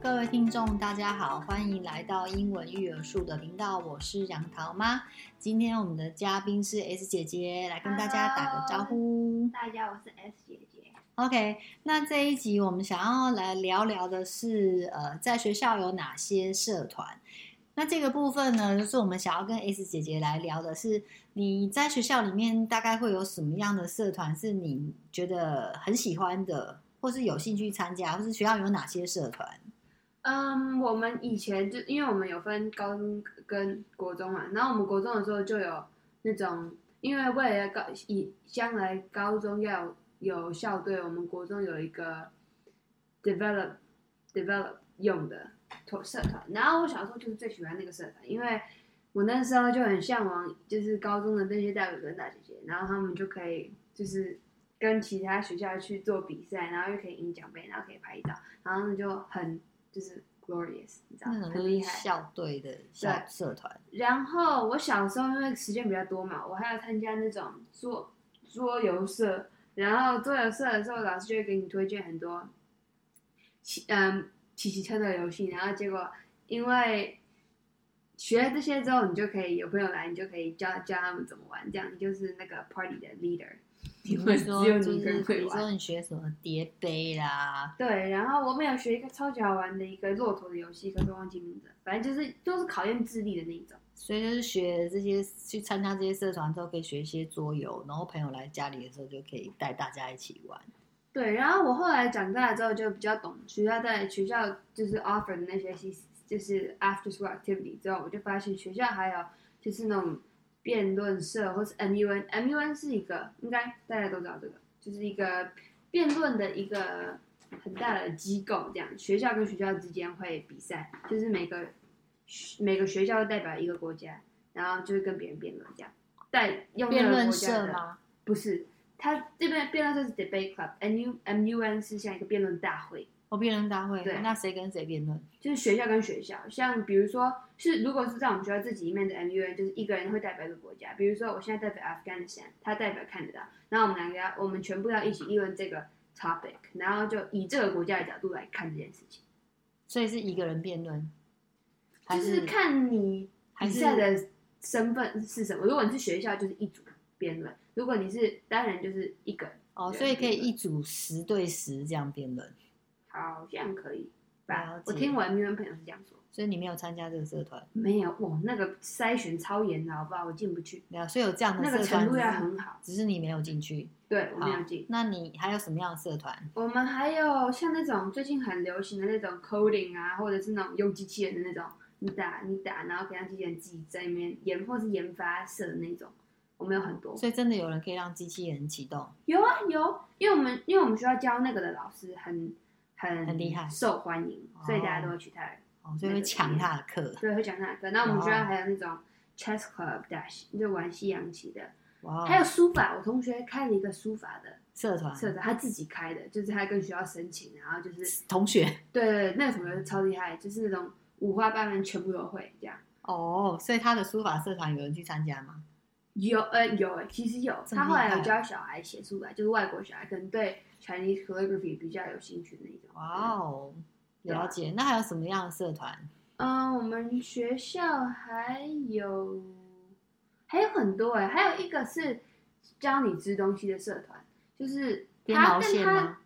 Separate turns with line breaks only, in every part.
各位听众，大家好，欢迎来到英文育儿树的频道，我是杨桃妈。今天我们的嘉宾是 S 姐姐，来跟大家打个招呼。
大家，我是 S 姐姐。
OK，那这一集我们想要来聊聊的是，呃，在学校有哪些社团？那这个部分呢，就是我们想要跟 S 姐姐来聊的是，你在学校里面大概会有什么样的社团是你觉得很喜欢的，或是有兴趣参加，或是学校有哪些社团？
嗯，我们以前就因为我们有分高中跟国中嘛，然后我们国中的时候就有那种，因为为了高以将来高中要有校队，我们国中有一个 develop develop 用的团社团，然后我小时候就是最喜欢那个社团，因为我那时候就很向往，就是高中的那些大哥哥大姐姐，然后他们就可以就是跟其他学校去做比赛，然后又可以赢奖杯，然后可以拍照，然后他们就很就是 glorious，你知道，
那种
很
就是
厉害。
校队的校社 团。
然后我小时候因为时间比较多嘛，我还有参加那种桌桌游社，然后桌游社的时候，老师就会给你推荐很多骑嗯骑骑车的游戏，然后结果因为学了这些之后，你就可以有朋友来，你就可以教教他们怎么玩，这样你就是那个 party 的 leader，
比
因
如
为只
说，
有
就是
你一个人
比
会
如说
玩。
你学什么叠杯啦，
对，然后我们有学一个超级好玩的一个骆驼的游戏，可是我忘记名字了，反正就是都是考验智力的那一种。
所以就是学这些去参加这些社团之后，可以学一些桌游，然后朋友来家里的时候就可以带大家一起玩。
对，然后我后来长大之后就比较懂学校在学校就是 offer 的那些系，就是 after school activity 之后，我就发现学校还有就是那种辩论社或是 MUN。MUN 是一个应该大家都知道这个，就是一个辩论的一个很大的机构，这样学校跟学校之间会比赛，就是每个每个学校代表一个国家，然后就会跟别人辩论这样，带用那
辩
个
论
国家
社
的
吗？
不是，他这边辩论社是 debate club，M U M U N 是像一个辩论大会，
哦，辩论大会
对。
那谁跟谁辩论？
就是学校跟学校，像比如说是如果是在我们学校自己里面的 M U N，就是一个人会代表一个国家，比如说我现在代表 Afghanistan，他代表 Canada，然后我们两个要我们全部要一起议论这个 topic，然后就以这个国家的角度来看这件事情，
所以是一个人辩论，还
就是是看你
还
比
是
赛的身份是什么。如果你是学校，就是一组辩论；如果你是单人，就是一个人，
哦，
对
所以可以
辩论
一组十对十这样辩论。
好像可以
了
吧
解？
我听我 M U N 朋友是这样说。
所以你没有参加这个社团，
没有，哇，那个筛选超严的，好不好？我进不去，
对啊，所以有这样的
那
社
个程度要
团，
很好。
只是你没有进去。
对，我没
好
有进。
那你还有什么样的社团？
我们还有像那种最近很流行的那种 coding 啊，或者是那种用机器人的那种，你打你打，然后可以让机器人自己在里面研或是研发社的那种，我们有很多。
所以真的有人可以让机器人启动，
有啊有，因为我们因为我们学校教那个的老师很很
很厉害
受欢迎，所以大家都会去他的
哦，所以会抢他的课。
对，会讲那个。那我们学
哇
校还有那种 chess club 打西，就玩西洋棋的，
哇哦，
还有书法。我同学开了一个书法的
社团
社团，他自己开的，就是他跟学校申请，然后就是
同学
对对对，那个同学超厉害，就是那种五花八门，全部都会这样。
哦，所以他的书法社团有人去参加吗？
有呃有欸，其实有，
这么
他后来
厉害
有教小孩写书法，就是外国小孩可能对 Chinese calligraphy 比较有兴趣的那种。
哇哦，
对啊
了解。那还有什么样的社团？
嗯，我们学校还有还有很多哎、还有一个是教你织东西的社团，就是
编毛
它但
线
它
吗？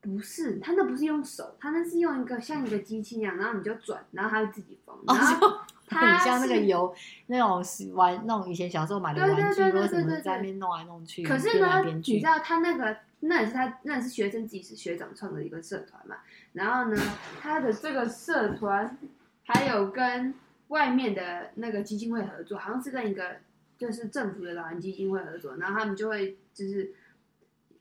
不是，它那不是用手，它那是用一个像一个机器一样，然后你就转，然后它会自己 缝，
哦
然后
很
它
像那个
是
油那种是玩那种以前小时候买的
对对
玩具，
对
或
对
什
对
么
对
在那
对
边弄来弄去，
可是
编来
呢，
编
你
去
知。道他那个那也是他那也是学生自己是学长创的一个社团嘛，然后呢，他的这个社团还有跟外面的那个基金会合作，好像是跟一个就是政府的老人基金会合作，然后他们就会就是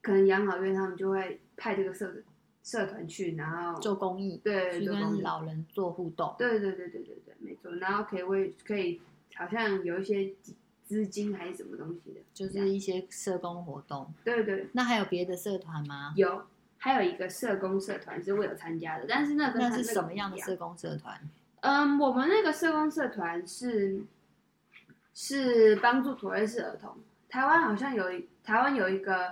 可能养老院他们就会派这个社社团去，然后
做公益，
对
去
做公
跟
益
老人做互动。
对对对对对对，没错，然后可以为可以好像有一些资金还是什么东西的，
就是一些社工活动。
对对
那还有别的社团吗？
有，还有一个社工社团是我有参加的，但是那个
那是什么样的
社？
社工社团？
嗯，我们那个社工社团是是帮助妥瑞氏儿童。台湾好像有一台湾有一个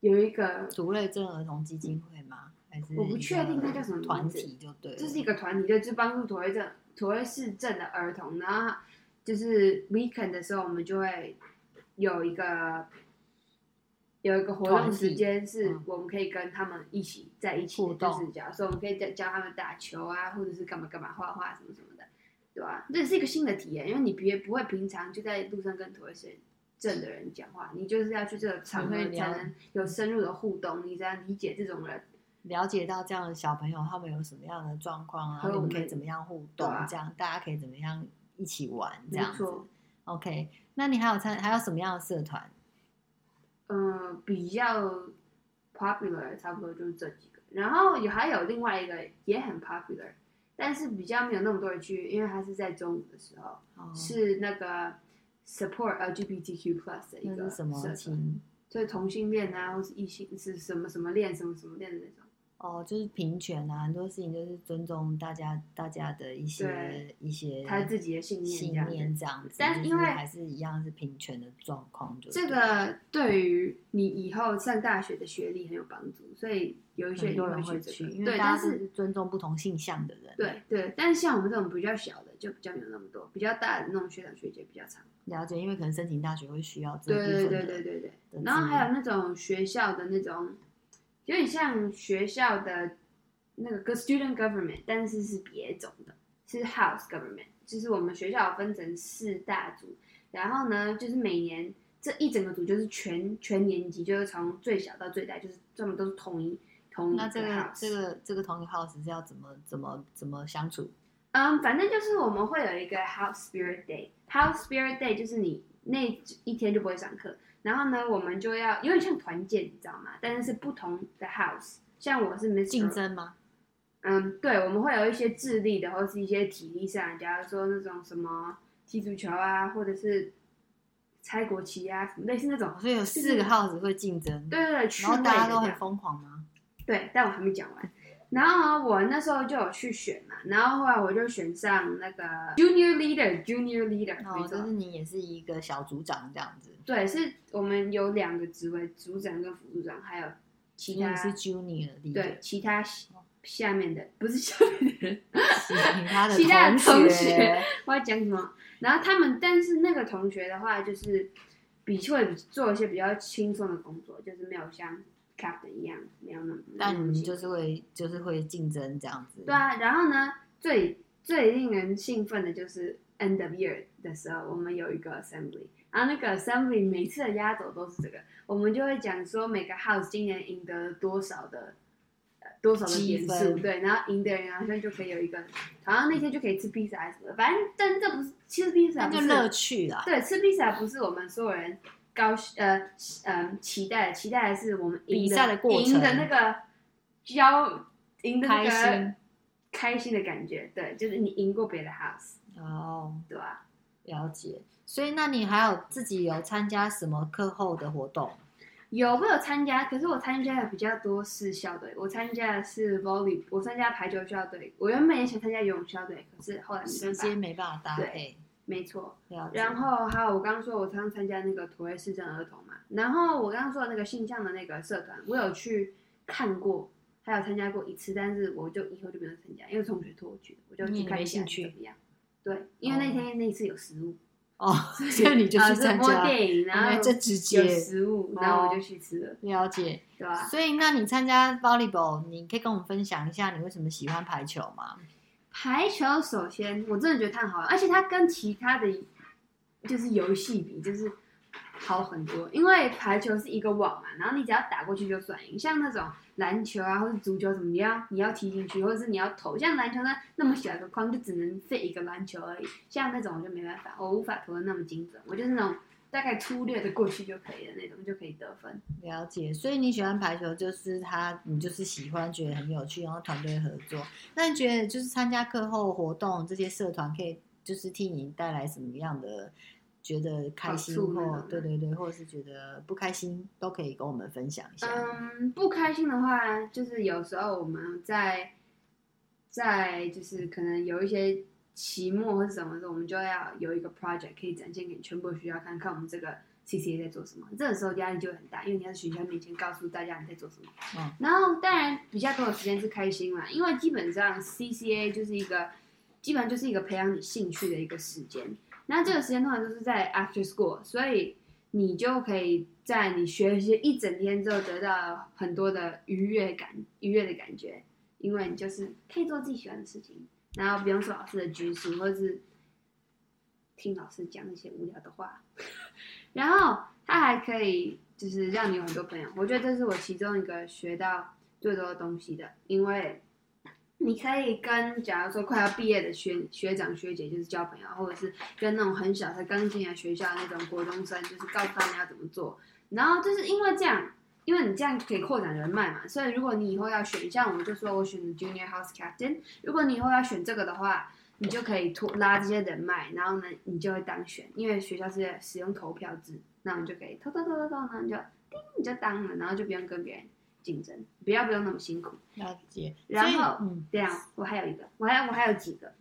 有一个
族类症儿童基金会吗？还还是
我不确定它叫什么名字
团体就对了，
这是一个团体，就是帮助妥瑞症、妥瑞氏症的儿童。然后就是 weekend 的时候，我们就会有一个有一个活
团
动
体
时间，是
嗯
我们可以跟他们一起在一起
互
的，
动
就是假如说我们可以教教他们打球啊，或者是干嘛干嘛、画画什么什么的，对吧、这是一个新的体验，因为你别不会平常就在路上跟妥瑞氏症的人讲话，你就是要去这个场合
嗯
才
了
能有深入的互动，你才能理解这种人。
了解到这样的小朋友他们有什么样的状况啊，
还有
你们
我们
可以怎么样互动
对啊，
这样大家可以怎么样一起玩这
没
样子
错。
OK，那你还有参还有什么样的社团？
嗯，比较 popular，差不多就是这几个。然后有还有另外一个也很 popular，但是比较没有那么多人去，因为它是在中午的时候，
哦
是那个 support LGBTQ plus 的一
那
个
是什么
社团，
情？
就是同性恋啊，或是异性是什么什么恋什么什么恋的那种。
哦，就是平权啊，很多事情就是尊重大家大家的一些
对
一些
他自己的信念
信
这样子
念这样子，
但
就是
因为
还是一样是平权的状况，就
这
对
个对于你以后上大学的学历很有帮助，所以有一些
很多
人
人
嗯会
会
去
去，
这个
因为
对，
大
但
家都
是
是尊重不同性向的人。，
对对，但是像我们这种比较小的，就比较没有那么多，比较大的那种学长学姐比较常。
了解，因为可能申请大学会需要这
对
部分
对
的
对对对对。
的
然后
资
还
源
有那种学校的那种，有点像学校的那个 student government，但是是别种的，是 house government，就是我们学校有分成四大组，然后呢，就是每年这一整个组就是全全年级，就是从最小到最大，就是他们都是同一同一
那这个
house
这个这个同一个 house 是要怎么怎么怎么相处？
嗯，反正就是我们会有一个 House Spirit Day。House Spirit Day 就是你那一天就不会上课，然后呢，我们就要有点像团建，你知道吗？但是是不同的 House。像我是 Miss
竞，争吗？
嗯，对，我们会有一些智力的，或是一些体力上，假如说那种什么踢足球啊，或者是猜国旗啊，什么类似那种。
所以有四个 house 会竞争，
对对对，趣
然
味
后
的
大家
这
都很
样
疯狂吗？
对，但我还没讲完。然后我那时候就有去选嘛，然后后来我就选上那个 junior leader，junior leader，、
哦，
没
就
错，
是你也是一个小组长这样子，
对，是我们有两个职位，组长跟副组长，还有其
因为
他
你是哦 junior 的 leader，
对其他下面的不是下面的人，
其他的
其他的
同
同学我要讲什么？然后他们，但是那个同学的话，就是比会比做一些比较轻松的工作，就是没有像 captain 一样没有那么，
但你们
是。
就是会就是会竞争这样子，
嗯对，啊，然后呢，最最令人兴奋的就是 end of year 的时候，我们有一个 assembly，然后那个 assembly 每次的压轴都是这个，我们就会讲说每个 house 今年赢得多少的。呃多少的
积
点
分
数？对，然后赢的人好像就可以有一个，好像那天就可以吃披萨还是什么的，反正但这不是吃披萨
那
不
就是乐趣啦。
对，吃披萨不是我们所有人高呃呃期待的，期待的是我们赢
比赛的过程
赢的那个交赢的那
开
个
心
开心的感觉，对，就是你赢过别的 house，
哦，
对吧、
了解。所以，那你还有自己有参加什么课后的活动？
有我有参加，可是我参加的比较多是校队，我参加的是 volley，我参加排球校队，我原本也想参加游泳校队，可是后来没
时
办
间
法，
没办法搭配，
没错。
了解。
然后还有我刚刚说，我常常参加那个土瑞市政儿童嘛，然后我刚刚说的那个性向的那个社团，我有去看过，还有参加过一次，但是我就以后就没有参加，因为同学托我去的，我就
你
去
也
看
没
一下
兴趣
怎么样。对，因为那天、那一次有食物，
哦， 所以你就
啊
去参
摸
加，哦
电影，然后
这直
有
接
食物，
哦
然后我就去吃了，
了解。
对吧？
所以，那你参加 volleyball，你可以跟我们分享一下你为什么喜欢排球吗？
排球首先我真的觉得它很好玩，而且它跟其他的就是游戏比，就是好很多。因为排球是一个网嘛，然后你只要打过去就算赢。像那种篮球啊，或者足球什么，你要你要踢进去，或者是你要投。像篮球呢，那么小一个框就只能 fit 一个篮球而已。像那种我就没办法，我无法投的那么精准，我就是那种大概粗略的过去就可以的那种，就可以得分。
了解，所以你喜欢排球，就是他，你就是喜欢，觉得很有趣，然后团队合作。那你觉得就是参加课后活动这些社团，可以就是替你带来什么样的觉得开心
好处那
或
种
对对对，或者是觉得不开心，都可以跟我们分享一下。
嗯，不开心的话，就是有时候我们在在就是可能有一些期末或者什么的时候，我们就要有一个 project 可以展现给全部学校看看我们这个 CCA 在做什么，这个时候压力就很大，因为你要在学校面前告诉大家你在做什么。
嗯
然后当然比较多的时间是开心嘛，因为基本上 CCA 就是一个，基本上就是一个培养你兴趣的一个时间。那这个时间通常都是在 after school，所以你就可以在你学习一整天之后得到很多的愉悦感、愉悦的感觉，因为你就是可以做自己喜欢的事情，然后不用受老师的拘束，或是听老师讲一些无聊的话， 然后它还可以就是让你有很多朋友。我觉得这是我其中一个学到最多的东西的，因为你可以跟假如说快要毕业的学学长学姐就是交朋友，或者是跟那种很小才刚进来学校的那种国中生，就是告诉他们要怎么做。然后就是因为这样，因为你这样可以扩展人脉嘛，所以如果你以后要选，像我就说我选 junior house captain，如果你以后要选这个的话，你就可以拖拉这些人脉，然后呢，你就会当选，因为学校是使用投票制，那我们就可以投投投投投，然后你就叮你就当了，然后就不用跟别人竞争，不要不用那么辛苦。
了解。
然
所以
后
嗯，
对啊，我还有一个，我还我还有几个。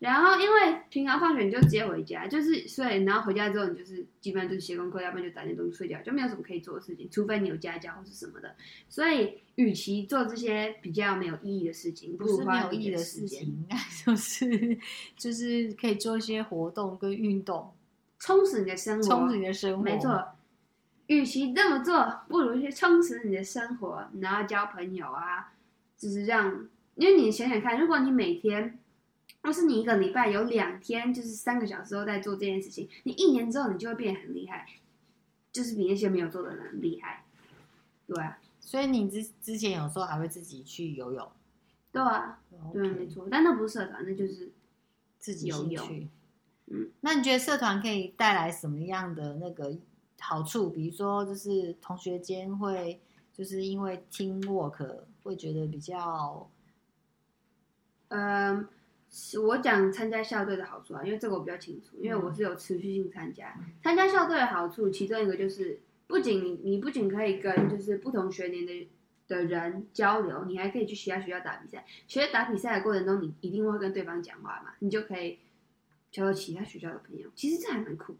然后因为平常放学你就直接回家，就是所以然后回家之后你就是基本上就是写功课，要不然就打点东西睡觉，就没有什么可以做的事情，除非你有家教或是什么的。所以与其做这些比较没有意义的事情，不
不是没
花
有
自
意
己
义的
时
事
间
情，应该就是就是可以做一些活动跟运动，
充实你的生活，
充实你的生活。
没错，与其这么做，不如去充实你的生活，然后交朋友啊，就是让，因为你想想看，如果你每天，要是你一个礼拜有两天就是三个小时都在做这件事情，你一年之后你就会变得很厉害，就是比那些没有做的人厉害。对啊，
所以你之之前有时候还会自己去游泳，
对啊，对，
OK
没错，但那不是社团，那就是
自己
游
兴
泳
趣。
嗯，
那你觉得社团可以带来什么样的那个好处？比如说，就是同学间会，就是因为 teamwork 会觉得比较
嗯，是我讲参加校队的好处啊，因为这个我比较清楚，因为我
嗯
是有持续性参加
嗯。
参加校队的好处，其中一个就是，不仅你你不仅可以跟就是不同学年的的人交流，你还可以去其他学校打比赛。其实打比赛的过程中，你一定会跟对方讲话嘛，你就可以交到其他学校的朋友。其实这还蛮酷的，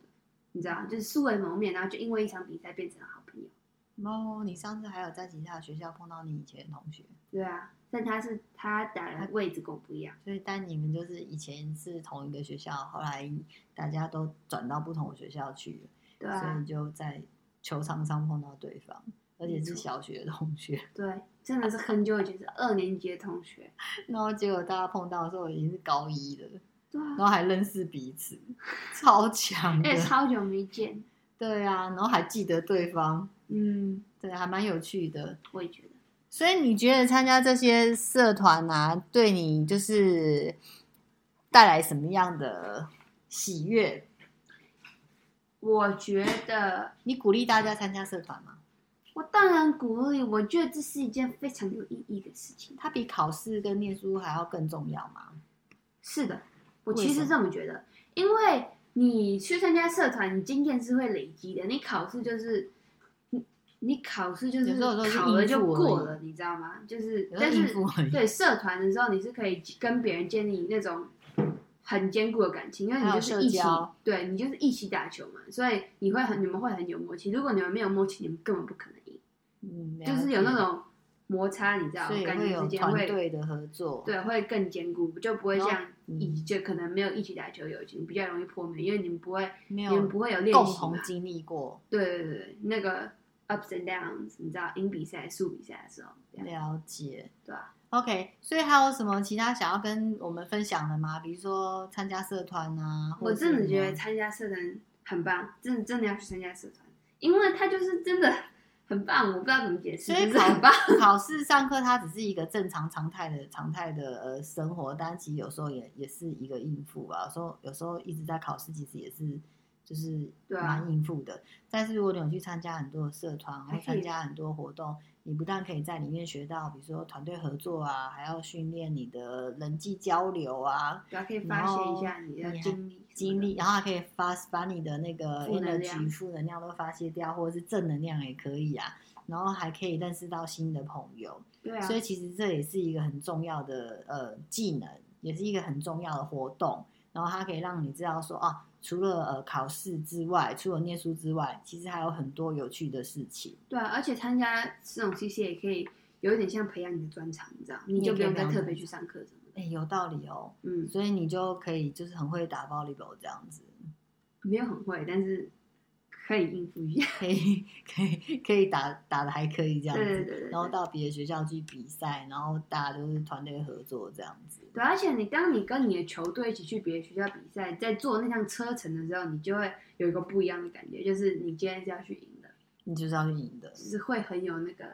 你知道，就是素未谋面，然后就因为一场比赛变成了好朋友。
哦。你上次还有在其他的学校碰到你以前的同学，
对啊，但他是他打的位置跟我不一样。
所以但你们就是以前是同一个学校，后来大家都转到不同的学校去了，
对啊，
所以就在球场上碰到对方，而且
没
是
错
小学的同学。
对，真的是很久以前是二年级的同学。
然后结果大家碰到的时候已经是高一了，然
对啊，
后还认识彼此，超强的
哎、。超久没见。
对啊，然后还记得对方，
嗯，
对，还蛮有趣的。
我也觉得。
所以你觉得参加这些社团啊，对你就是带来什么样的喜悦？
我觉得，
你鼓励大家参加社团吗？
我当然鼓励，我觉得这是一件非常有意义的事情。
它比考试跟念书还要更重要吗？
是的，我
为
其
什
实
么
这么觉得，因为你去参加社团，你经验是会累积的。你考试就是，你你考试就是
有时候都是
考了
应
就
付而
过
已
了，你知道吗？就是，
有时候
但
应
是
付而已
对社团的时候，你是可以跟别人建立那种很坚固的感情，因为你
还有
就是一
社
起
交，
对你就是一起打球嘛，所以你会很你们会很有默契。如果你们没有默契，你们根本不可能赢，
嗯，了
就是有那
解，
种摩擦，你知道
所，以
感
会
情
有
之间
团
会
队的合作。
对，会更坚固，就不会
然后
像
嗯
一就可能没有一起打球友情比较容易破灭，因为你们不会，
没
你
有
们不会有练
共
习嘛
同经历过，
对对对对，那个 ups and downs，你知道赢比赛、输比赛的时候，这样
了解。
对啊
OK，所以还有什么其他想要跟我们分享的吗？比如说参加社团啊，或
我
者
真的
什
觉
么
得参加社团很棒，真的真的要去参加社团，因为它就是真的很棒，我不知道怎么解释，
所以
就是
考
很棒。
考试上课它只是一个正常常态的常态的呃生活，但其实有时候也也是一个应付啊吧。有时候有时候一直在考试，其实也是就是
对啊
蛮应付的。但是如果你有去参加很多的社团，或
还可以
参加很多活动，你不但可以在里面学到，比如说团队合作啊，还要训练你的人际交流啊，
对啊，可以发泄一下你的
哦你还
经历什么的，
精力，然后还可以发把你的那个
负能
energy
量
负能量都发泄掉，或者是正能量也可以啊。然后还可以认识到新的朋友，
对啊，
所以其实这也是一个很重要的呃技能，也是一个很重要的活动。然后它可以让你知道说啊，除了呃考试之外，除了念书之外，其实还有很多有趣的事情。
对啊，而且参加这种 C C 也可以有一点像培养你的专长，你知道，你
也
就
可
不
以
用
培
再
养
特
你
别
的
去上课什么的。
哎，有道理哦，
嗯，
所以你就可以就是很会打 volleyball 这样子，
没有很会，但是可以应付一下。
可以 可以可以打打的还可以这样
对
子，
对对对
然后
对
到别的学校去比赛，然后大家就是团队合作这样子。
对，啊而且你当你跟你的球队一起去别的学校比赛，在坐那趟车程的时候，你就会有一个不一样的感觉，就是你今天是要去赢的，
你就是要去赢的，
就是会很有那个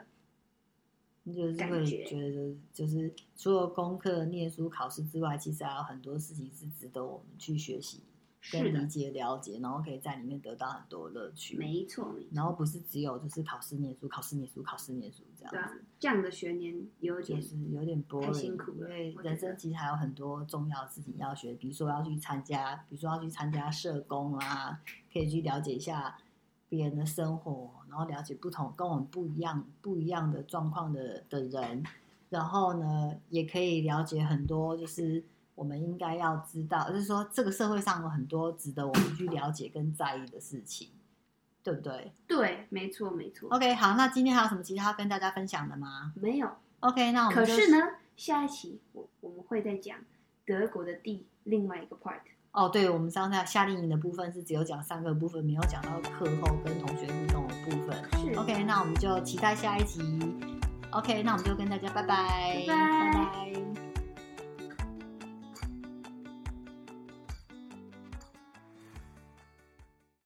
你就是
感
会
觉
觉得就是就是除了功课、念书、考试之外，其实还有很多事情是值得我们去学习、
是
跟理
的，
解、了解，然后可以在里面得到很多乐趣。
没错，没错。
然后不是只有就是考试念书、考试念书、考试念书这
对
样
啊
子，，
这样的学年有
就
点
是有点 b
太
o
辛苦
因
了
为
我觉
人生
得
其实还有很多重要的事情要学，比如说要去参加，比如说要去参加社工啊，可以去了解一下别人的生活，然后了解不同跟我们不一样不一样的状况的的人，然后呢，也可以了解很多就是。我们应该要知道，就是说这个社会上有很多值得我们去了解跟在意的事情，对不对？
对，没错，没错。
OK，好，那今天还有什么其他跟大家分享的吗
没有，
？OK，那我们
可
就是
呢，下一期我我们会再讲德国的地另外一个 part。
哦，对，我们上次夏令营的部分是只有讲三个部分，没有讲到课后跟同学互动的部分。
是
啊 OK，那我们就期待下一集。OK，那我们就跟大家拜拜，
拜拜
拜拜